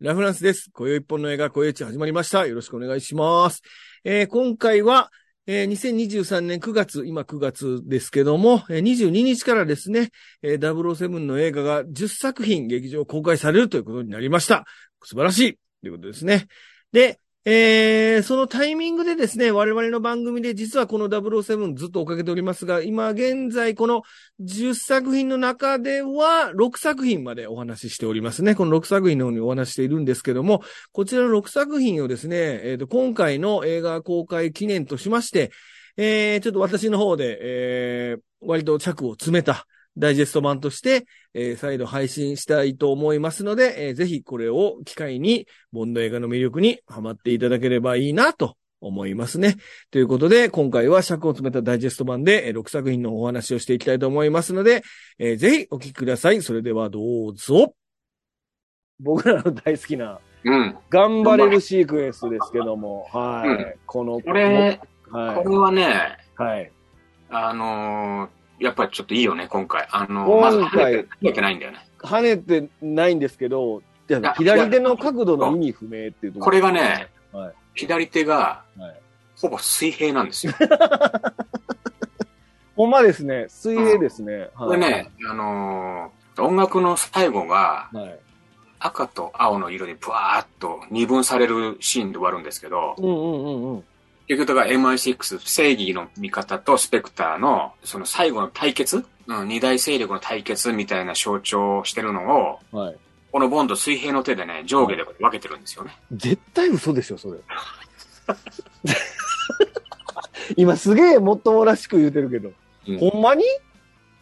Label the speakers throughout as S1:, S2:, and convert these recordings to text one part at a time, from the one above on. S1: ラフランスです。今宵一本の映画、今宵一始まりました。よろしくお願いします。えー今回は、えー2023年9月、今9月ですけども、えー22日からですね、えー007の映画が10作品劇場公開されるということになりました。素晴らしいということですね。で、えーそのタイミングでですね、我々の番組で実はこの007ずっと追っかけておりますが、今現在この10作品の中では6作品までお話ししておりますね。この6作品の方にお話しているんですけども、こちらの6作品をですね、えーと今回の映画公開記念としまして、えーちょっと私の方で、えー割と着を詰めたダイジェスト版として、えー再度配信したいと思いますので、えーぜひこれを機会にボンド映画の魅力にハマっていただければいいなと思いますね。ということで、今回は尺を詰めたダイジェスト版でえー6作品のお話をしていきたいと思いますので、えーぜひお聞きください。それではどうぞ。僕らの大好きな、
S2: うん。
S1: 頑張れるシークエンスですけども、はい。
S2: うん
S1: この、
S2: これ、
S1: は
S2: これはね、
S1: い。はい。
S2: あのーやっぱりちょっといいよね、今回。あのー、まだ
S1: 今
S2: 跳
S1: 回
S2: ねて跳ねてないんだよね。
S1: 跳ねてないんですけど、いや
S2: あ
S1: 左手の角度の意味不明っていうところ。
S2: これがね、
S1: はい
S2: 左手が
S1: はい、
S2: ほぼ水平なんですよ。
S1: ほんまですね、水泳ですね。
S2: これね、あのー音楽の最後が
S1: はい。はい。
S2: 赤と青の色でブワーッと二分されるシーンで終わるんですけど、
S1: うんうんうんうん。
S2: 結局だから MI6 正義の味方とスペクターのその最後の対決、うん、二大勢力の対決みたいな象徴をしてるのを、
S1: はい。
S2: このボンド水平の手でね、上下で分けてるんですよね。
S1: 絶対嘘でしょ、それ。 今すげえもっともらしく言うてるけど、
S2: うん
S1: ほんまに、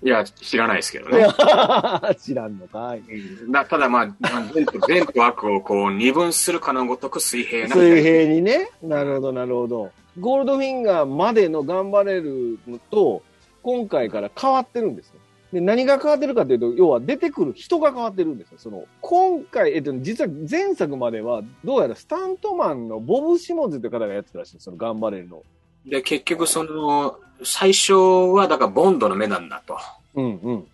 S2: いや、知らないですけど
S1: い
S2: ね
S1: や。 知らんのかい。
S2: だただまあ、あ善と善と悪をこう二分するかのごとく水平な。
S1: 水平にね。なるほど、なるほど。ゴールドフィンガーまでの頑張れるのと、今回から変わってるんですよ。で、何が変わってるかというと、要は出てくる人が変わってるんですよ。その、今回、えっと、実は前作までは、どうやらスタントマンのボブ・シモンズという方がやってたらしいんですその頑張れるの。
S2: で、結局その、最初はだからボンドの目なんだと。
S1: うん、うん、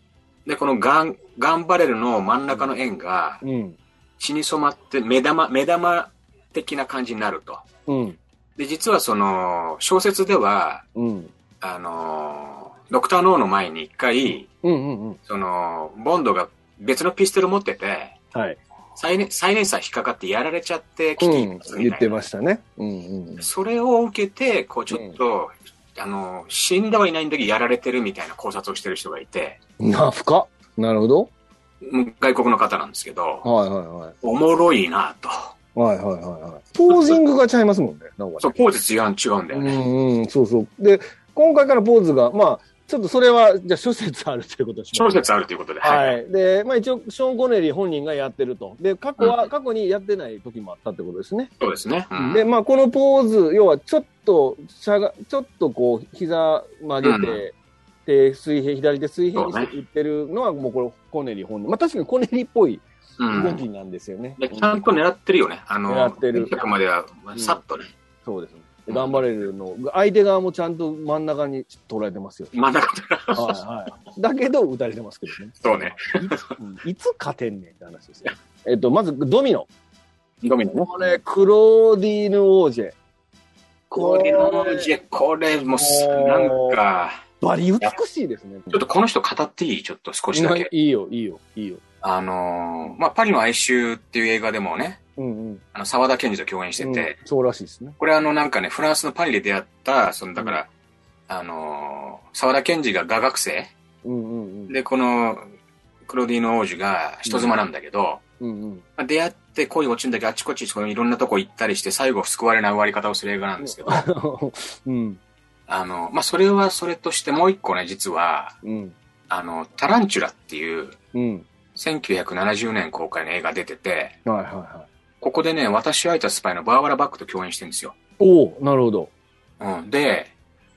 S2: で、このガン、ガンバレルの真ん中の円が
S1: うん、
S2: 血に染まって目玉、目玉的な感じになると。
S1: うん、
S2: で、実はその、小説では、
S1: うん、
S2: あの、ドクター・ノーの前に一回、
S1: うん、うん、うん。
S2: その、ボンドが別のピストル持ってて、
S1: はい。
S2: 再燃再燃祭引っかかってやられちゃって
S1: う
S2: 危機
S1: ん
S2: 一、髪
S1: 言
S2: みた
S1: っ
S2: い
S1: て
S2: な
S1: ましたね。うん、うん。
S2: それを受けて、こうちょっと、あの、死んだはいないんだけどやられてるみたいな考察をしてる人がいて、
S1: な、深っなるほど。
S2: 外国の方なんですけど、
S1: はい、はい、はい。
S2: おもろいなと。
S1: はい、はい、はい。はいポージングがちゃいますもんね。 なんかね
S2: そう、ポーズ違う、違うんだよ
S1: う
S2: ね。
S1: んうん、そうそう。で、今回からポーズが、まあ、ちょっとそれは、じゃあ諸説あるということでしょ
S2: 小説あるということで、。
S1: はいい。で、まあ一応、ショーン・コネリー本人がやってると。で、過去は、過去にやってない時もあったってことですね。
S2: そうですね。うん
S1: で、まあこのポーズ、要はちょっと、しゃが、ちょっとこう、膝曲げて、手水平、左手水平にしていってるのは、もうこれ、コネリー本人。まあ確かにコネリーっぽい
S2: うん
S1: 動きなんですよね。
S2: でちゃんと狙ってるよね。あの、
S1: 狙ってる
S2: 近くまでは
S1: う、ん
S2: さっとね、
S1: そうですね。で頑張れるの、相手側もちゃんと真ん中に捉えて ますよ。
S2: 真ん中から。
S1: はいはい、だけど、打たれてますけどね。
S2: そうね
S1: いつ。うんいつ勝てんねんって話ですよ。えっと、まず、ドミノ。
S2: ドミノね
S1: これ、クローディーヌ・オージェ。
S2: これの字、これ、もうす、なんか、
S1: バリ美しいですね。
S2: ちょっとこの人語っていいちょっと少しだけ。
S1: いいよ、いいよ、いいよ。
S2: あのーまあ、パリの哀愁っていう映画でもね、
S1: うんうん。
S2: あの、沢田研二と共演してて、
S1: うんそうらしいですね。
S2: これあの、なんかね、フランスのパリで出会った、その、だから、あのー沢田研二が画学生
S1: うんうんうん。
S2: で、この、クロディーノ王子が人妻なんだけど、
S1: うんうん。
S2: まあ出会って恋落ちるんだけど、あちこちこういろんなとこ行ったりして、最後救われない終わり方をする映画なんですけど、
S1: うん
S2: あの、まあ、それはそれとして、もう一個ね、実は、
S1: うん
S2: あの、タランチュラっていう、
S1: うん。
S2: 1970年公開の映画出てて、
S1: はいはいはい。
S2: ここでね、私を愛したスパイのバーバラ・バックと共演してるんですよ。
S1: おおなるほど。
S2: うん、で、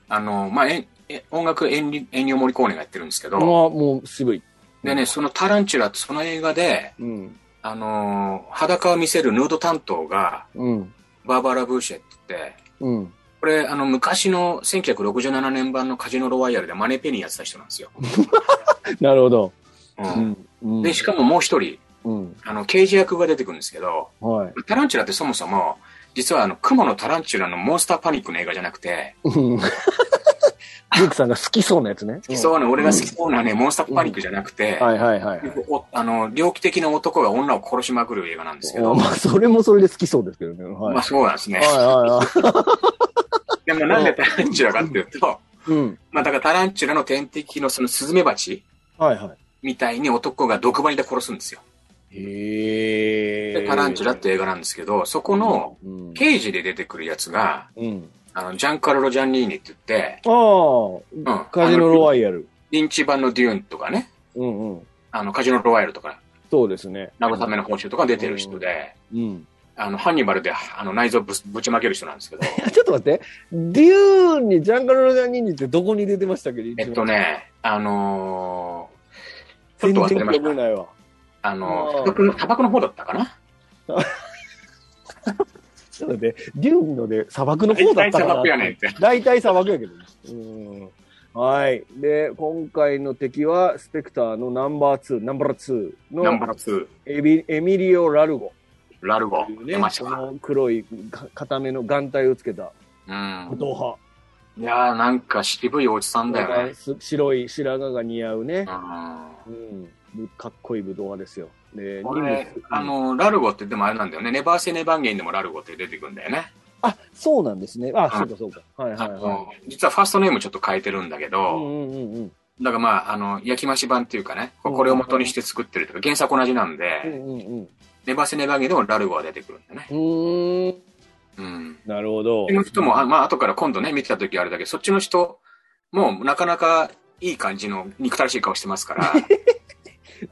S2: あの、まあ、えんえ音楽演技、演技モリコーネがやってるんですけ
S1: まあ、
S2: ど、
S1: もう渋い。
S2: でね、そのタランチュラってその映画で、
S1: うん。
S2: あのー裸を見せるヌード担当が、
S1: うん。
S2: バーバラ・ブーシェって言って、
S1: うん。
S2: これ、あの、昔の1967年版のカジノロワイヤルでマネーペニーやってた人なんですよ。
S1: なるほど。
S2: うん。
S1: うん
S2: で、しかももう一人、
S1: うん。
S2: あの、刑事役が出てくるんですけど、
S1: はい。
S2: タランチュラってそもそも、実はあの、雲のタランチュラのモンスターパニックの映画じゃなくて、
S1: うん。 ルークさんが好きそうなやつね。
S2: 好きそうな、俺が好きそうなね、モンスターパニックじゃなくて、
S1: はいはいはいはい。
S2: おあの、猟奇的な男が女を殺しまくる映画なんですけど、
S1: まあ、それもそれで好きそうですけどね。はい。
S2: まあ
S1: はい
S2: そうなんですね。
S1: はいはい。
S2: でもなんでタランチュラかっていうと、
S1: うん。
S2: まあだからタランチュラの天敵のそのスズメバチ
S1: はいは
S2: みたいに男が毒針で殺すんですよ。
S1: い。へ
S2: でタランチュラっ、て映画なんですけど、そこの
S1: うん。
S2: 刑事で出てくるやつが、
S1: うん。
S2: あの、ジャンカルロ・ジャンリーニって言って、
S1: あ
S2: うん。
S1: あ、カジノロ
S2: イ
S1: ワイヤル。
S2: リンチ版のデューンとかね、
S1: うんうん。
S2: あの、カジノロワイヤルとか、
S1: そうですね。
S2: ラブための報酬とか出てる人で、
S1: うん。
S2: あの、ハンニバルで、あの、内臓ぶぶちまける人なんですけど、
S1: ちょっと待って。デューンにジャンガルロジャニーニってどこに出てましたっけ
S2: えっと、ね、あのー、ちょっ
S1: 一
S2: と
S1: 番全
S2: 忘れ
S1: 然
S2: ま
S1: 覚え
S2: してた。
S1: ないわ。
S2: あの、
S1: あー
S2: タバコのタバコの方だったかな
S1: ちょっと待って、デューンので砂漠の方だったか
S2: 砂
S1: な
S2: 漠やねんって。
S1: 大体砂漠やけどね。うん。はい。で、今回の敵は、スペクターのナンバー2、ナンバー2
S2: ナンバ
S1: の
S2: ー2、
S1: エビエミリオ・ラルゴ
S2: ラルゴ
S1: とい、うね
S2: 出、ました
S1: こ
S2: わ。
S1: の黒いか固めの眼帯をつけた
S2: うん
S1: 武。闘派。
S2: いやー、なんか渋いおじさんだよね。
S1: す白い白髪が似合うね
S2: う。ん。
S1: うん。ぶかっこいい武闘派ですよ。で、
S2: これ
S1: 任務、
S2: あ、の、ラルゴってでもあれなんだよね。ネバーセネバンゲインでもラルゴって出てくるんだよね。
S1: あ、そうなんですね。あ、
S2: ん
S1: そうかそうか。はいはいは
S2: うん実はファーストネームちょっと変えてるんだけ
S1: い。う
S2: ど、
S1: んうんうんうん。
S2: だからまあ、あの、焼き増し版っていうかね、
S1: うん
S2: これを元にして作ってるというか、原作同じなん
S1: う
S2: で、
S1: んうんうん。
S2: ネバーセネバンゲインでもラルゴは出てくるんだね
S1: う。ーん。
S2: うん。
S1: なるほど
S2: そ。の人も、あまあ、後から今度ね、見てた時あれだけど、そっちの人、もうなかなかいい感じの憎たらしい顔してます から、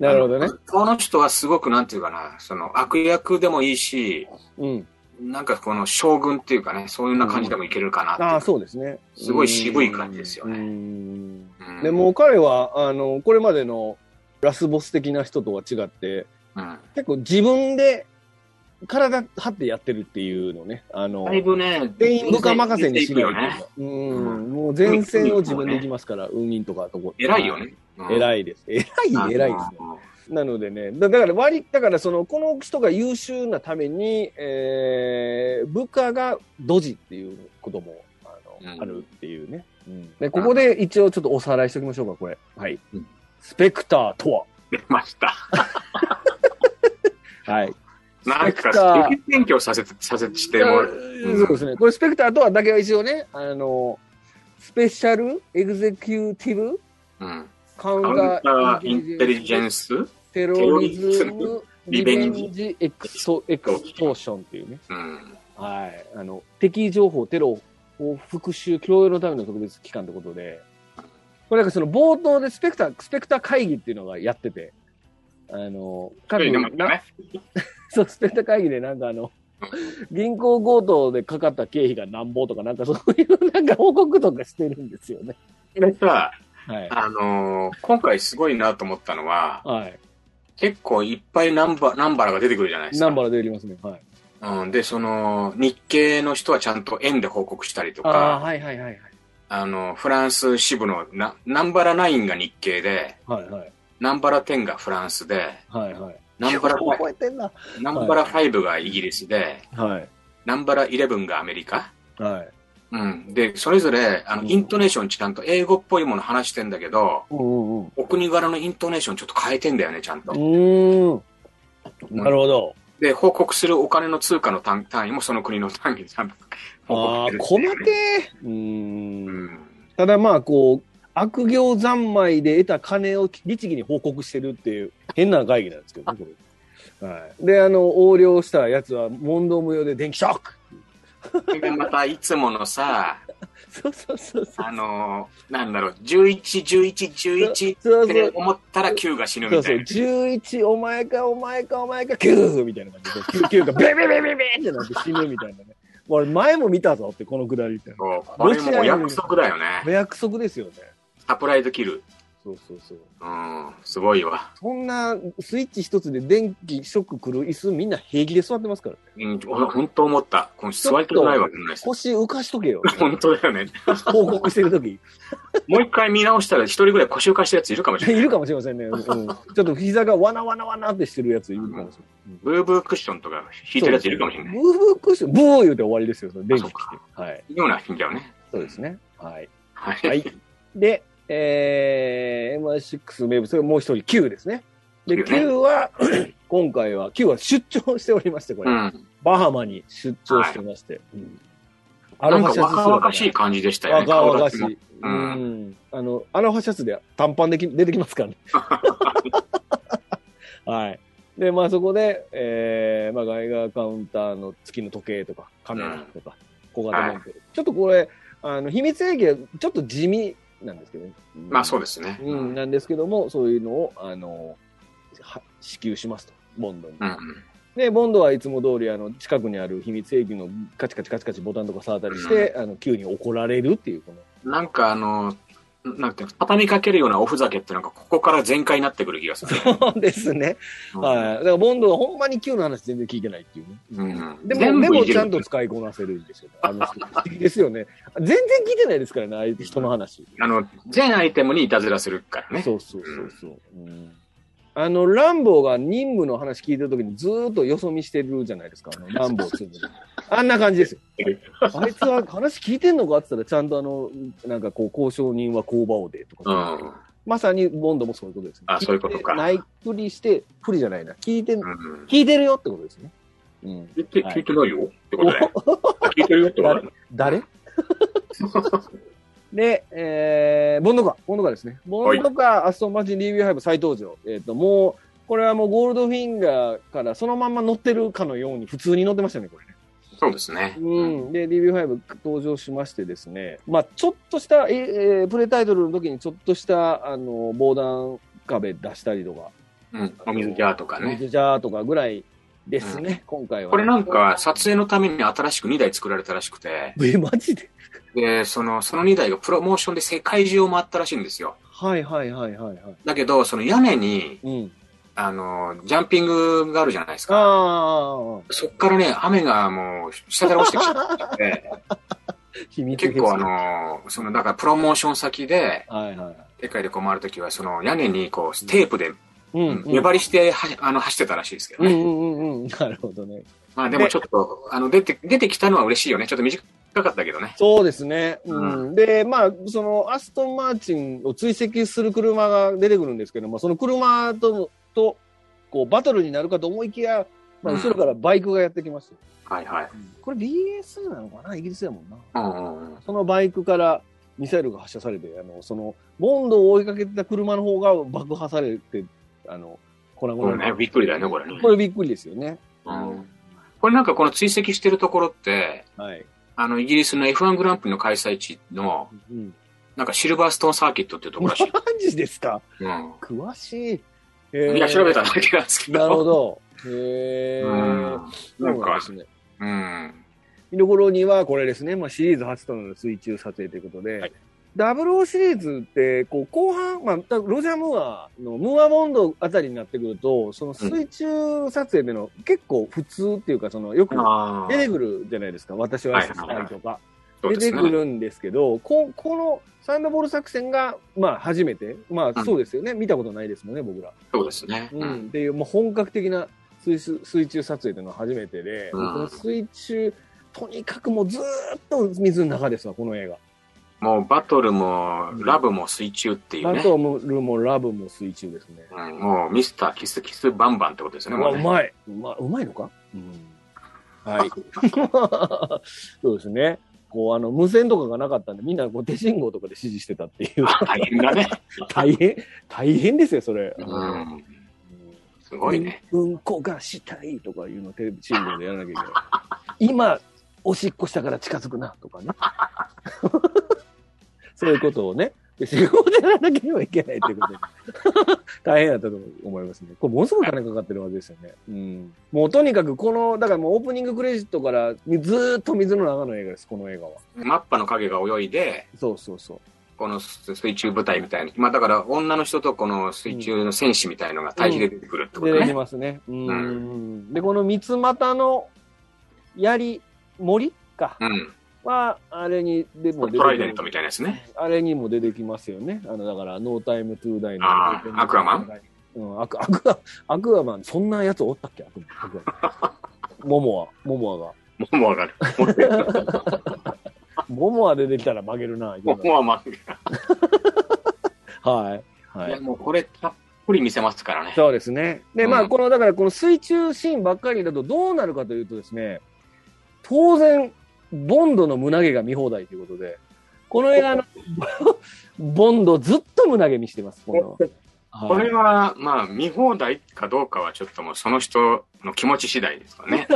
S1: なるほどね
S2: あ。の。この人はすごくなんていうかな、その悪役でもいいし、
S1: うん。
S2: なんかこの将軍っていうかね、そういうような感じでもいけるかなっていう
S1: ああ、そうですね。
S2: すごい渋い感じですよね
S1: ね。
S2: うん
S1: で、もう彼は、あの、これまでのラスボス的な人とは違って、
S2: うん
S1: 結構自分で体張ってやってるっていうのね。あの
S2: だ、いぶね、
S1: 全員部下任せにしない
S2: よ
S1: という
S2: ね。
S1: かうん。もう前線を自分で行きますから、運銀とかとこ。
S2: 偉いよ。ね。うん
S1: 偉いです。偉い、偉いです。なのでね、だだから割り、だからその、この人が優秀なために、えー、部下がドジっていうことも、あの、
S2: うん
S1: あるっていうね。で、ここで一応ちょっとおさらいしておきましょうか、これ。はい。
S2: うん
S1: スペクターとは
S2: 出ました。
S1: はい。
S2: なん
S1: スペクター
S2: か、受験勉強させて、させてしてもらう。
S1: うんそうですね。これスペクターとはだけは一応ね、あの、スペシャルエグゼキューティブ
S2: うん。
S1: カウン
S2: カウン
S1: タ
S2: タ
S1: ー
S2: ーインテリジェン
S1: ス
S2: スう
S1: テロリズ
S2: テロリズ
S1: ム
S2: ム
S1: リ
S2: リ
S1: ベ
S2: ベ
S1: ン
S2: ン
S1: ジ
S2: ジ
S1: エクソエクストーションっていうね。
S2: ん。
S1: はい。あの、敵意情報、テロ、復讐、共有のための特別機関ってことで、これなんかその冒頭でスペクター、スペクター会議っていうのがやってて、あの、
S2: そ
S1: 各
S2: れでも
S1: な
S2: ね。
S1: そう、スペクター会議でなんかあの、銀行強盗でかかった経費がなんぼとかなんかそういうなんか報告とかしてるんですよね。
S2: これさ、
S1: はい。
S2: あのー、今回すごいなと思ったのは、
S1: はい。
S2: 結構いっぱいナンバ、ナンバラが出てくるじゃないです
S1: ナ
S2: か。
S1: ンバラ出てきますね。はい。
S2: うん。で、その、日系の人はちゃんと円で報告したりと
S1: ああ、
S2: か、
S1: はいはいはい
S2: あの、フランス支部のな、ナンバラ9が日系で、
S1: はい。はいはい。
S2: ナンバラ10がフランスで、
S1: はいはい。
S2: ナンバラ
S1: 覚えてんな。
S2: ナンバラ5がイギリスで、
S1: はい。
S2: ナンバラ11がアメリカ。
S1: はい。
S2: うん。で、それぞれ、あの、イントネーションちゃんと英語っぽいもの話してんだけど、
S1: うんうんうん。
S2: お国柄のイントネーションちょっと変えてんだよね、ちゃんと
S1: う。ーん。なるほど。
S2: で、報告するお金の通貨の単単位もその国の単位でちゃんと
S1: ああ
S2: 報
S1: ー、
S2: 告して
S1: 細
S2: るっていうね、
S1: けーう
S2: う
S1: ーん。
S2: ん。
S1: ただまあ、こう、悪行三昧で得た金を律儀に報告してるっていう変な会議なんですけどね、これ。はい。で、あの、横領したやつは問答無用で電気ショック
S2: それがまたいつものさ、
S1: そうそうそうそう。
S2: あのーなんだろう、11、11、11
S1: そうそ
S2: っ
S1: う
S2: て。思ったら9が死ぬ
S1: そう
S2: みた
S1: そう、
S2: いな。
S1: 11、お前か、お前か、お前か、キューみたいな感じで、キューがビビビビビってなって死ぬみたいなね。俺、前も見たぞって、このくだりって。
S2: そうこれもお約束だよね。
S1: お約束ですよね。
S2: サプライズキル。
S1: そうそうそう。
S2: うん、すごいわ。
S1: そんなスイッチ一つで電気ショック来る椅子みんな平気で座ってます から。
S2: うん、俺本当思った。この座りたくないわけないです。
S1: 腰浮かしとけよ。
S2: 本当だよね。
S1: 報告してるとき。い
S2: もう一回見直したら一人ぐらい腰浮かしたやついるかもしれない。
S1: るかもしれま せんね。うん、ちょっと膝がわなわなわなってしてるやついるかもしれない。
S2: ブーブークッションとか引いてるやついるかもしれない。
S1: ブーブークッション、ブー言うて終わりですよ、その電気来て
S2: あそ。
S1: はい。
S2: いいような引いちゃうね。
S1: そうですね。はい。
S2: はい。
S1: はい。で、えー、MI6 名物、それもう一人 Q ですね。で、
S2: Q ね
S1: Q は、 今回は、Q は出張しておりまして、これ。
S2: うん。
S1: バハマに出張してまして。うんア
S2: な
S1: ロ
S2: ん
S1: ハ
S2: か
S1: シャツ
S2: 若々しい感じでしたよね。
S1: 若々し
S2: 顔立
S1: い。う
S2: うん
S1: ん。あの、アロハシャツで短パンでき出てきますから ね。はい。で、まあそこで、えー、まあガイガーカウンターの月の時計とか、カメラとか、小型モンペル。ちょっとこれ、あの、秘密兵器はちょっと地味なんですけどね。
S2: ちまあそう
S1: で
S2: ですね。
S1: す。うん、なんですけども、そういうのを、あの、は支給しますと、ボンドに。
S2: うん。
S1: で、ボンドはいつも通り、あの、近くにある秘密兵器のカチカチカチカチボタンとか触ったりして、あの、急に怒られるっていう、この、
S2: なんかあの、なんていうの畳みかけるようなおふざけってなんかここから全開になってくる気がする。
S1: そうですね。 はい。だから、ボンドはほんまに Q の話全然聞いてないっていうね。
S2: うん
S1: でも、
S2: 全
S1: で
S2: 部い
S1: も
S2: じる
S1: ちゃんと使いこなせるんですよ。あの人。ですよね。全然聞いてないですからね、ああいう人の話。
S2: あの、全アイテムにいたずらするからね。
S1: そうそうそうそう。うんあの、ランボーが任務の話聞いてるときにずーっとよそ見してるじゃないですか、あの、ランボーつ ぶあんな感じですよ。あいつは話聞いてんのかって言ったら、ちゃんとあの、なんかこう、交渉人は交場をでとか、
S2: うん。
S1: まさにボンドもそういうことですね。
S2: あそういうことか
S1: 聞てないふりして、ふりじゃないな。聞いて、
S2: うん
S1: 聞いてるよってことですね。うん。
S2: 聞いて、聞いてないよってことだよ。聞いてるよってことだよ。
S1: 誰 で、えー、ボンドカ、ボンドカですね。ボンドカ、アストンマーチン、リービーハイブ再登場。えっ、と、もう、これはもうゴールドフィンガーからそのまんま乗ってるかのように普通に乗ってましたね、これね。
S2: そうですね。
S1: うん。で、リービーハイブ登場しましてですね、まあちょっとした、えーえープレタイトルの時にちょっとした、あの、防弾壁出したりとか、
S2: うん。お水ジャーとかね。
S1: ジャーとかぐらいですね、今回は、
S2: これなん、か、撮影のために新しく2台作られたらしくて、
S1: え、マジで
S2: で、その、その2台がプロモーションで世界中を回ったらしいんですよ。
S1: はいはいはいはいはい。
S2: だけど、その屋根に、
S1: うん。
S2: あの、ジャンピングがあるじゃないですか。
S1: あ
S2: そっからね、雨がもう、下から落ちてきち ゃって、
S1: あ、秘密兵器
S2: 結構あ、の、その、だからプロモーション先で、
S1: はいはい。
S2: 世界でこう回るときは、その屋根にこう、テープで、
S1: う
S2: うんん、
S1: うん
S2: 目張りしては、あの、走ってたらしいですけど
S1: うん
S2: ね。
S1: うんうん うん。なるほどね。
S2: まあでもちょっと、あの、出て、出てきたのは嬉しいよね。ちょっと短かったけどね。
S1: そうですね。う
S2: うん
S1: ん。で、まあ、その、アストンマーチンを追跡する車が出てくるんですけども、その車と、と、こう、バトルになるかと思いきや、まあ、
S2: うん
S1: 後ろからバイクがやってきました。
S2: はいはい。
S1: これ BS なのかなイギリスやもんな。
S2: うんうんうん。
S1: そのバイクからミサイルが発射されて、あの、その、ボンドを追いかけてた車の方が爆破されて、あの、粉
S2: こ
S1: 々
S2: れね、
S1: に。
S2: びっくりだよね、こ れね。
S1: これびっくりですよね。
S2: うんこれなんかこの追跡してるところって、
S1: はい。
S2: あの、イギリスの F1 グランプリの開催地の、
S1: うん。
S2: なんかシルバーストーンサーキットっていうところ
S1: マ
S2: らしい。
S1: ジですか
S2: う
S1: 詳しい。
S2: ん。いや、調べただけなんですけど。
S1: なるほど。へえ。
S2: うん。なんか、
S1: ね。
S2: うん。
S1: 見どころにはこれですね、まあ、シリーズ初となる水中撮影ということで、
S2: はい
S1: 00シリーズって、こう、後半、まあ、たロジャー・ムーアの、ムーア・ボンドあたりになってくると、その水中撮影での、結構普通っていうか、その、よく
S2: ああ。
S1: 出てくるじゃないですか、私はしたいとか、
S2: そう
S1: 出
S2: です
S1: てく
S2: ね。
S1: るんですけど、ここのサンドボール作戦が、まあ、初めて、まあ、そうですよね、見たことないですもんね、僕ら。
S2: そうですね。う。
S1: うんん、っていう、もう本格的な水す水中撮影というのは初めてで、
S2: うん
S1: この水中、とにかくもうずーっと水の中ですわ、この映画。
S2: もうバトルも、ラブも水中っていう
S1: バ
S2: ね。
S1: トルもラブも水中ですね。
S2: うんもうミスターキスキスバンバンってことです
S1: う
S2: ね、
S1: わ
S2: もう
S1: う
S2: ね。
S1: まい。うまうまいのか、はい。 そうですね。こう、あの、無線とかがなかったんで、みんなこう手信号とかで指示してたっていう。
S2: あ大変だね。
S1: 大変、大変ですよ、それ。
S2: うん。すごいね。
S1: うん。うんこがしたいとかいうのテレビ信号でやらなきゃいけない。 今、おしっこしたから近づくなとかね。 そういうことをね、仕事でやらなければいけないってことで。 大変だったと思いますね。これものすごい金かかってるはずですよね。うん。もうとにかくこの、だからもうオープニングクレジットからずーっと水の中の映画です、この映画は。
S2: マッパの影が泳いで、
S1: そうそうそう。
S2: この水中部隊みたいな。まあだから女の人とこの水中の戦士みたいのが対比で出てくるってこと
S1: 出てき
S2: ね。
S1: ますね。うん。
S2: う
S1: で、この三つ股の槍、森か。
S2: うん。
S1: は、あれに、でも出
S2: トライデ
S1: て
S2: ントみたいなやつね。
S1: あれにも出てきますよね。あの、だから、ノータイムトゥーダイの。
S2: あーアクアマン
S1: うん、アク、アクア、アクアマン、そんなやつおったっけアクアマ ン。モモア、モモアが。
S2: もうわかる。もう
S1: モモア出てきたら負ける な、
S2: もうはま
S1: はい。はいい
S2: や。もうこれたっぷり見せますからね。
S1: そうですね。で、ま
S2: う
S1: あ、
S2: ん
S1: この、だから、この水中シーンばっかりだとどうなるかというとですね、当然、ボンドの胸毛が見放題ということで、この映画の、 ボンドずっと胸毛見してます、この。
S2: こ
S1: は
S2: れ
S1: い、
S2: は、まあ、見放題かどうかはちょっともうその人の気持ち次第ですから ね。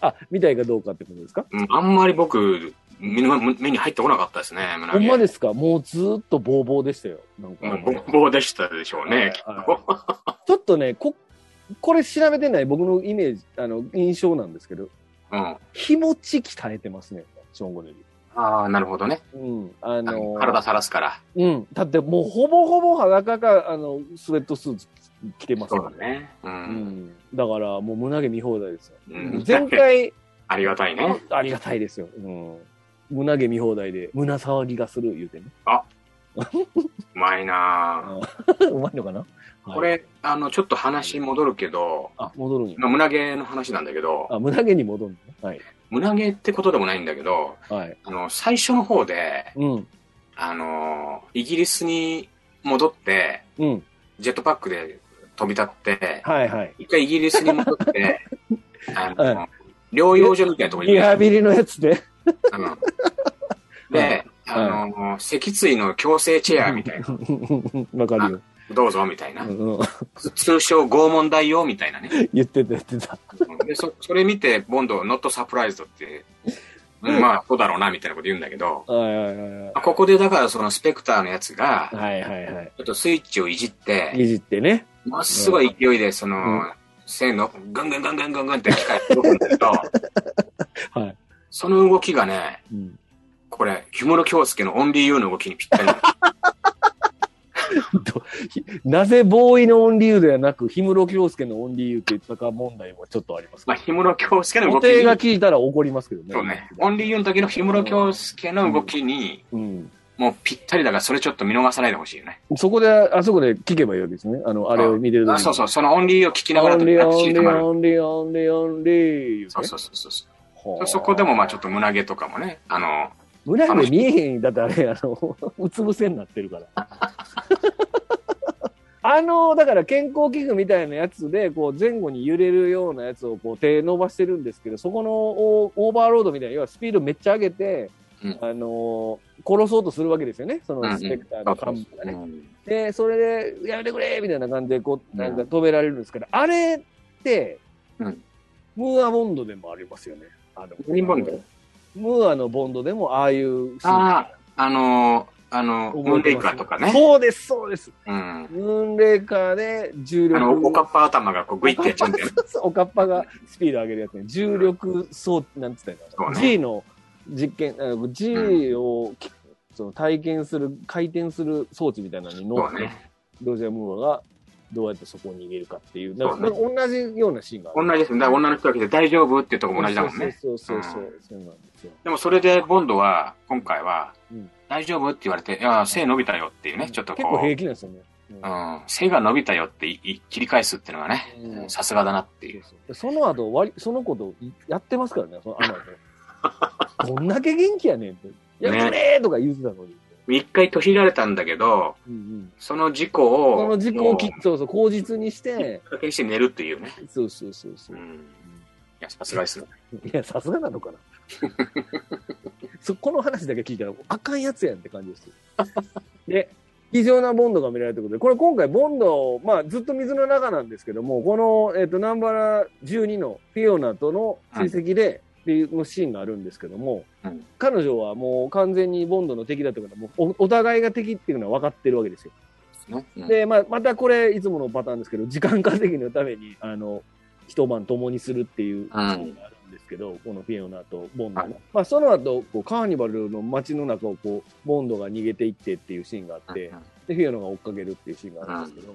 S1: あ、見たいかどうかってことですか
S2: うんあんまり僕、目の目に入ってこなかったですね、
S1: ほ
S2: 胸
S1: ん
S2: 毛。
S1: まですかもうずーっとボーボーでしたよ。なんか
S2: もうボコボコでしたでしょう
S1: はいは
S2: ね
S1: い、
S2: きっと。
S1: ちょっとね、こ、これ調べてない僕のイメージ、あの、印象なんですけど、
S2: うん。
S1: 気持ち鍛えてますね、ショーン・ゴネリ
S2: ああ、なるほどね。
S1: ー。うん。あ
S2: あ
S1: の
S2: の
S1: ー
S2: 体さらすから。
S1: うん。だってもうほぼほぼ裸か、あの、スウェットスーツ着てます
S2: そ
S1: か
S2: う
S1: ら
S2: だ。ね。う。
S1: うんん。だからもう胸毛見放題ですよ。
S2: うん
S1: 前回、
S2: ありがたいね。
S1: ありがたいですよ。うん。胸毛見放題で、胸騒ぎがする言うてね。
S2: うまいなあ
S1: うまいのかな
S2: こ、れ、あの、ちょっと話戻るけど、
S1: はいあ、戻るんや。
S2: 胸毛の話なんだけど、
S1: あ、胸毛に戻るのね。はい。
S2: 胸毛ってことでもないんだけど、
S1: はい。
S2: あの、最初の方で、
S1: うん。
S2: あの、イギリスに戻って、
S1: うん。
S2: ジェットパックで飛び立って、
S1: はいはい。
S2: 一回イギリスに戻って、あの、
S1: は
S2: 療養所みたいなところに
S1: リハビリのやつで。
S2: うんで、あの、脊椎の矯正チェアみたいな、
S1: わかるよ。
S2: どうぞみたいうな、
S1: んうん
S2: 通称拷問代用みたいなね。
S1: 言ってた言ってた。
S2: でそそれ見て、ボンド、ノットサプライズドって、うんまあ、そうだろうな、みたいなこと言うんだけど、
S1: はいはいはいはい。
S2: ここでだからそのスペクターのやつが、
S1: はいはいは
S2: ちょっとスイッチをいじって、
S1: い。いじってね。
S2: ものすごい勢いで、その、
S1: うん
S2: 線の、ガンガンガンガンガンガンって機械が動くんだけ ど、
S1: はい。
S2: その動きがね、
S1: うん
S2: これ、氷室京介のオンリーユーの動きにぴったりなの。
S1: なぜボーイのオンリーユーではなく、氷室京介のオンリーユーって言ったか問題もちょっとあります
S2: まあ、氷室京介の
S1: 固
S2: 動き
S1: 定が
S2: に、
S1: 聞いたら怒りますけどね。
S2: そうね、オンリーユーの時の氷室京介の動きに、
S1: うん。
S2: もうぴったりだから、それちょっと見逃さないでほしいよね。
S1: そこで、あそこで聞けばいいわけですね。あの、あれを見てると
S2: あそうそう、そのオンリーユーを聞きながら
S1: オンリー、
S2: タク
S1: オ
S2: シ
S1: ン
S2: ー
S1: リ
S2: 止まる
S1: ー、オンリー、オンリー、オンリー。
S2: そうそうそうそう。
S1: ほ
S2: そうそこでもまあちょっと胸毛とかもね、あの、
S1: 胸毛見えへん、だってあれ、あの、 うつ伏せになってるから。 あの、だから健康器具みたいなやつで、こう前後に揺れるようなやつをこう手伸ばしてるんですけど、そこのオーオーバーロードみたいな、要はスピードめっちゃ上げて、
S2: うん
S1: あの、殺そうとするわけですよね、そ
S2: うんう
S1: の
S2: ん
S1: スペクターの幹部がね。
S2: うん
S1: で、それで、やめてくれみたいな感じで、こう、
S2: うん
S1: なんか止められるんですけど、あれって、
S2: うん
S1: ムーアボンドでもありますよね。あの
S2: 何ボンド
S1: ムーアのボンドでも、ああいうシーン
S2: ああ、あの、あの、ムーンレイカーとかね。
S1: そうです、そうです。
S2: うん。
S1: ムーンレーカーで重
S2: あ
S1: 力。
S2: の、おかっぱ頭がこうグイってやっちゃうんだよね。
S1: おかっぱがスピード上げるやつね。重力そう、なんつったらいいのかな、
S2: そうね
S1: G の実験、あの G を、その体験する、回転する装置みたいなのに乗
S2: そ
S1: っ
S2: う
S1: て、
S2: ね。
S1: ロジャー・ムーアがどうやってそこに逃げるかっていう、なんか
S2: そう
S1: 同じようなシーンがある。
S2: 同じです。だから女の人が来て大丈夫っていうとこも同じだもんね。
S1: そうそうそうそう、そうなんですよ。
S2: でもそれで、ボンドは、今回は
S1: うん、
S2: 大丈夫って言われて、いや、背伸びたよっていうね、ちょっと
S1: 結構
S2: こ
S1: 平
S2: う、
S1: 気なんですよね。うん
S2: うん、背が伸びたよっていい切り返すっていうのがね
S1: う、ん
S2: さすがだなっていう。
S1: そうそうその後割り、その子とやってますからね、そのアマ ゾンどんだけ元気やねんって。やめてくれーとか言うてたのに。
S2: 一回拒否られたんだけど、
S1: うんうん
S2: その事故を、
S1: その事故をき
S2: もう、
S1: そうそう、口実にして、
S2: だけにして寝るっていうね。
S1: そうそうそうそうう。
S2: ん。いや、さすがですね。
S1: いや、さすがなのかな。そこの話だけ聞いたら、あかんやつやんって感じですよ。で、異常なボンドが見られるということで、これ今回ボンド、まあずっと水の中なんですけども、この、えっ、と、ナンバラ12のフィオナとの追跡で、でのシーンがあるんですけども、
S2: うん
S1: 彼女はもう完全にボンドの敵だということはもうおお互いが敵っていうのは分かってるわけですよ。
S2: うん
S1: で、まあ、またこれ、いつものパターンですけど、時間稼ぎのために、あの、一晩共にするっていうシーンがあるんですけど、このフィオナとボンドが。まあ、その後、こうカーニバルの街の中をこう、ボンドが逃げていってっていうシーンがあって、で、フィオナが追っかけるっていうシーンがあるんですけど、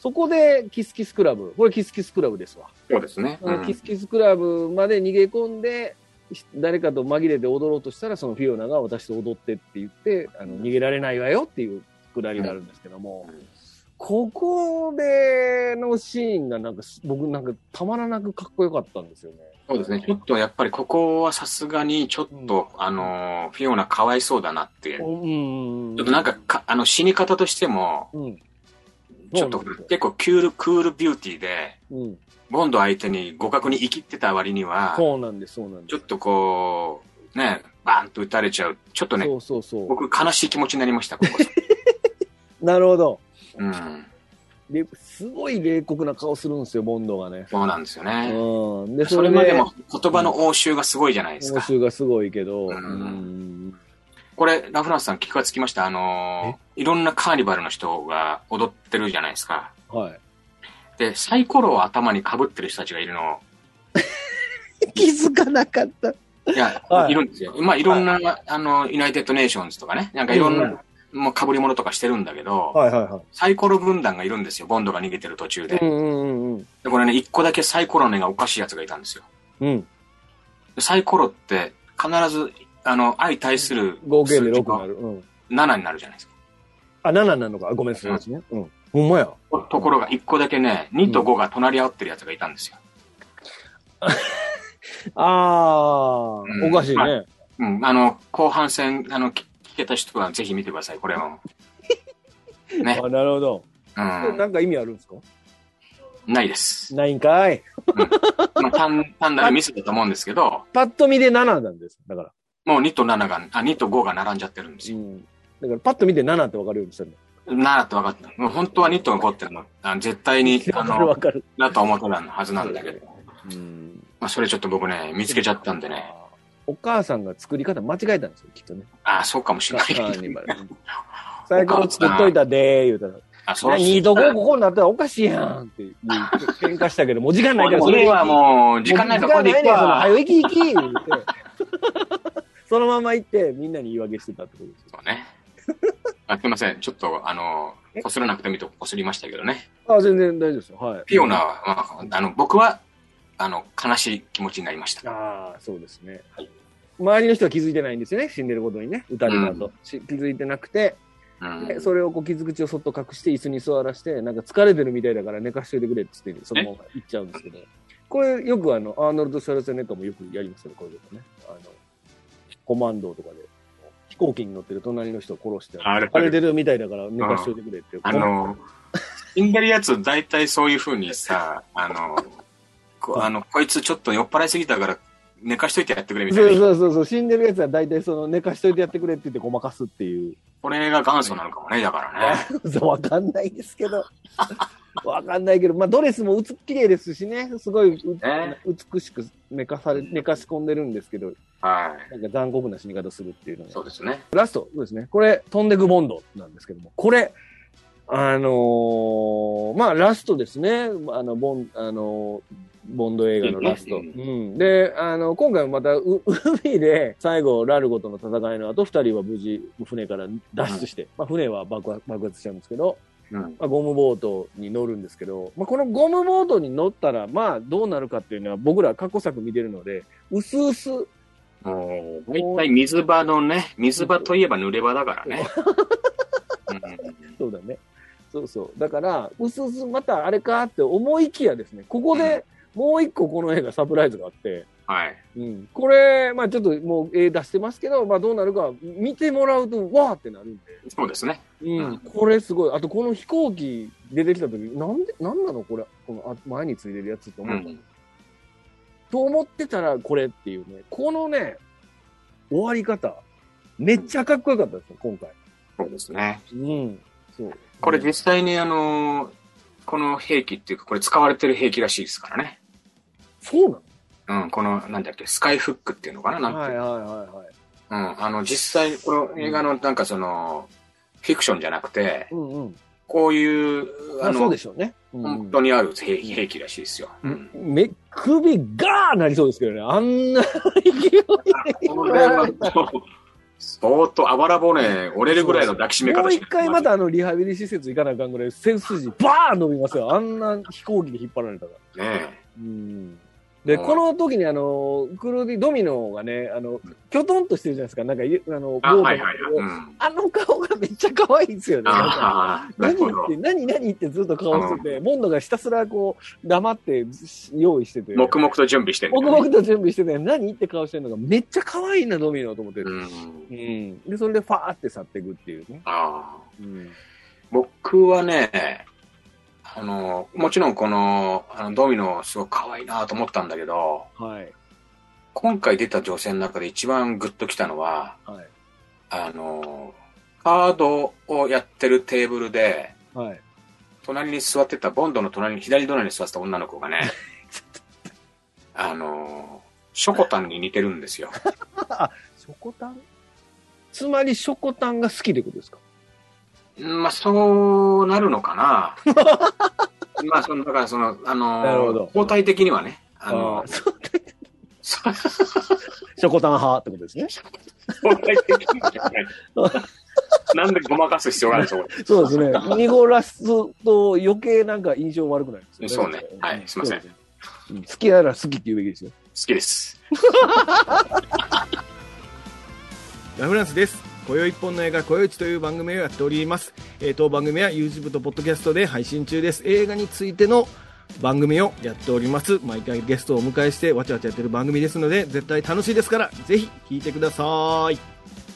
S1: そこでキスキスクラブ、これキスキスクラブですわ。
S2: そうですね。
S1: あのキスキスクラブまで逃げ込んで、し誰かと紛れて踊ろうとしたら、そのフィオナが私と踊ってって言って、あの逃げられないわよっていうくだりがあるんですけども、
S2: うん
S1: ここでのシーンがなんかす僕なんかたまらなくかっこよかったんですよね。
S2: そうですね。ちょっとやっぱりここはさすがにちょっと、あのー、フィオーナかわいそうだなっていう。
S1: うん。
S2: ちょっとなんかか、あの、死に方としても、
S1: うん、
S2: ちょっと
S1: そうなんですよ
S2: 結構クール、クールビューティーで、
S1: うん、
S2: ボンド相手に互角に生きてた割には、
S1: そうなんです、そうなんです。
S2: ちょっとこう、ね、バーンと撃たれちゃう。ちょっとね
S1: そ、うそうそ
S2: 僕悲しい気持ちになりました、ここ。
S1: う。なるほど。
S2: うん。
S1: ですごい冷酷な顔するんですよ、ボンドがね。
S2: そうなんですよね。
S1: うん。で、
S2: そ
S1: そ
S2: れ
S1: れ
S2: まで
S1: で
S2: も言葉の応酬がすごいじゃないです
S1: 報
S2: か。
S1: 酬がすごいけど、
S2: うん
S1: うん
S2: これ、ラフランスさん気がつきました。あのー、いろんなカーニバルの人が踊ってるじゃないですか。
S1: はい。
S2: で、サイコロを頭に被ってる人たちがいるの。
S1: 気づかなかった。
S2: いや、
S1: はい
S2: い、るんですよ。まあ、いろんな、あの、ユナイテッドネーションズとかね、なんかいろんな、もう被り物とかしてるんだけど、
S3: はいはいはい。
S2: サイコロ軍団がいるんですよ。ボンドが逃げてる途中で。
S1: うんうんうん
S2: で、これね、一個だけサイコロの絵がおかしいやつがいたんですよ。
S1: うん。うん。
S2: でサイコロって、必ず、あの、相対する
S1: 合計で
S2: 数字
S1: 6
S2: が
S1: になる。うん。
S2: 7になるじゃないですか。
S1: あ、7なのか。ごめんなさい。
S2: うん
S1: そうですね。うん。
S3: ほんまや。
S2: ところが、一個だけね、2と5が隣り合ってるやつがいたんですよ。
S1: あー、
S2: う
S1: お
S2: ん
S1: かしいね。
S2: はうん、あの、後半戦、あの、聞聞けた人はぜひ見てください、これは。ね、
S1: あなるほど。
S2: う、
S1: なんんか意味あるんですか
S2: ないです。
S1: ないんかい。
S2: まあ、単単なるミスだと思うんですけど、
S1: パッと見で7なんです。だから。
S2: もう2と7が、あ、2と5が並んじゃってるんです
S1: う
S2: よ。
S1: ん。だからパッと見て7ってわかるようにしたんだ。
S2: 7って分かった。もう本当は2と5ってのはあの絶対に、あ
S1: わかるわ
S2: の、
S1: かる。
S2: だと思ってたはずなんだけど、
S1: うん。
S2: まあ、それちょっと僕ね、見つけちゃったんでね、。
S1: お母さんが作り方間違えたんですよ、きっとね。
S2: ああ、そうかもしれ
S1: カ
S2: な
S1: ー
S2: い。
S1: ニバル。最後作っといたでー、言うたら。
S2: あ、そう
S1: 何とこここになったらおかしいやんっていう喧嘩したけど、もう時間ない から
S2: それはもう、時間ないからこれでい
S1: い
S2: くわ。
S1: 早行き行き言うてそのまま行って、みんなに言い訳してたってことですよ。
S2: そうね。あすみません。ちょっと、あの、こすらなくてもいいとここすりましたけどね。
S1: あ、全然大丈夫ですよ。はい。
S2: ピオナは、まあ、あの、僕は、あの、悲しい気持ちになりました。
S1: ああ、そうですね。周りの人は気づいてないんですよね。死んでることにね。撃たれた後、
S2: う
S1: し気づいてなくて、
S2: うん。
S1: でそれをこう傷口をそっと隠して椅子に座らして、なんか疲れてるみたいだから寝かしといてくれって言って、そのまま行っちゃうんですけど。これよくあの、アーノルド・シャルツェネッガーもよくやりますよね、こういうことね。あの、コマンドーとかで。飛行機に乗ってる隣の人を殺して、
S2: ある
S1: 疲れてるみたいだから寝かしといてくれって。
S2: あの、死んでるやつ、大体そういうふうにさ、あの、こあのこいつちょっと酔っ払いすぎたから、寝かしといてやってくれみた
S1: そう
S2: いな。
S1: そうそうそう、死んでるやつは大体その寝かしといてやってくれって言ってごまかすっていう。
S2: これが元祖なのかもね、だからね。
S1: そうわかんないですけど。わかんないけど、まあドレスもうつ綺麗ですしね、すごいう
S2: ね
S1: 美しく寝かされ、寝かし込んでるんですけど、
S2: は
S1: なんか残酷な死に方するっていうの
S2: い。
S1: が
S2: そうですね。
S1: ラストそうですね。これ、飛んでくボンドなんですけども。これ、あのーまあ、ラストですね。あの、ボン、あのーボンド映画のラスト。
S2: う
S1: うんん。で、あの、今回もまた、う海で、最後、ラルゴとの戦いの後、二人は無事、船から脱出して、まあ、船は爆発爆発しちゃうんですけど、
S2: うん。
S1: まあ、ゴムボートに乗るんですけど、まあ、このゴムボートに乗ったら、まあ、どうなるかっていうのは、僕ら過去作見てるので、うすうす、
S2: もう、大体水場のね、水場といえば濡れ場だからね。うん
S1: そうだね。そうそう。だから、うすうすまたあれかって思いきやですね、ここでもう一個この映画サプライズがあって、
S2: はい。
S1: うん、これ、まあちょっともう絵出してますけど、まあどうなるか見てもらうと、わーってなるんで。
S2: そうですね。
S1: うん
S2: うん
S1: これすごい。あとこの飛行機出てきた時、なんで、なんなのこれ、このあ前についてるやつと
S2: う
S1: 思った、
S2: ん。
S1: と思ってたらこれっていうね、このね、終わり方、めっちゃかっこよかったですよ、今回。
S2: そうですね。
S1: うん。そう。
S2: これ実際にあの、この兵器っていうか、これ使われてる兵器らしいですからね。
S1: そうな
S2: うん、この、なんだっけ、スカイフックっていうのかななん
S1: の
S2: か、
S1: はいはいはいはい。
S2: うん、あの、実際、この映画のなんかその、フィクションじゃなくて
S1: う、んうん。
S2: こういう、
S1: あ
S2: あ
S1: そう
S2: の
S1: で、しょうね。
S2: 本当にある兵器兵器らしいですよ。うん
S1: め、首ガーなりそうですけどね。あんな勢い。
S2: これはもう、相当あばら骨折れるぐらいの抱きしめ
S1: も
S2: 方
S1: う
S2: し
S1: 一
S2: て
S1: 回またあのリハビリ施設行かなあかんぐらい、背筋バーン伸びますよ。あんな飛行機で引っ張られたら。
S2: ね
S1: うんで、
S2: はい
S1: この時にあの、クルーディドミノがね、あの、きょとんとしてるじゃないですか。なんかゆ、あの、
S2: あ、
S1: ボートの
S2: はいはいはい。うん。
S1: あの顔がめっちゃ可愛いですよね。なんか
S2: ああ、な
S1: 何
S2: るほ
S1: 言
S2: ど
S1: って、。何何ってずっと顔してて、モンドがひたすらこう、黙って用意してて、
S2: 黙々と準備してるん
S1: 黙
S2: だね、
S1: 々と準備してて、何って顔してるのがめっちゃ可愛いな、ドミノと思ってる。
S2: うん。
S1: うん。で、それでファーって去っていくっていうね。
S2: ああ。
S1: うん。
S2: 僕はね、あの、もちろんこの、あのドミノすごく可愛いなと思ったんだけど、
S1: はい。
S2: 今回出た女性の中で一番グッときたのは、
S1: はい。
S2: あの、カードをやってるテーブルで、
S1: はい。
S2: 隣に座ってた、ボンドの隣に、左隣に座ってた女の子 がね、あの、ショコタンに似てるん ですよ。
S1: ショコタンつまり、ショコタンが好きってことですか
S2: うんまあ、そうなるの かな。まあ、その、だからその、あ
S1: なるほ
S2: の
S1: ど、
S2: 交代的にはね、あ
S1: あ
S2: の
S1: ー、 そう
S2: そう
S1: ショコタン派ってことですね。
S2: 相対的に なんでごまかす必要があるんでしょう
S1: そうですね。濁らすと余計なんか印象悪くなりますよ
S2: そうねはいすいません。
S1: そうですねうん好きなら好きって言うべきですよ。
S2: 好きです。
S3: ラフランスです。今宵一本の映画、今宵一という番組をやっております。えー当番組は YouTube と Podcast で配信中です。映画についての番組をやっております。毎回ゲストをお迎えしてわちゃわちゃやってる番組ですので、絶対楽しいですから、ぜひ聞いてください。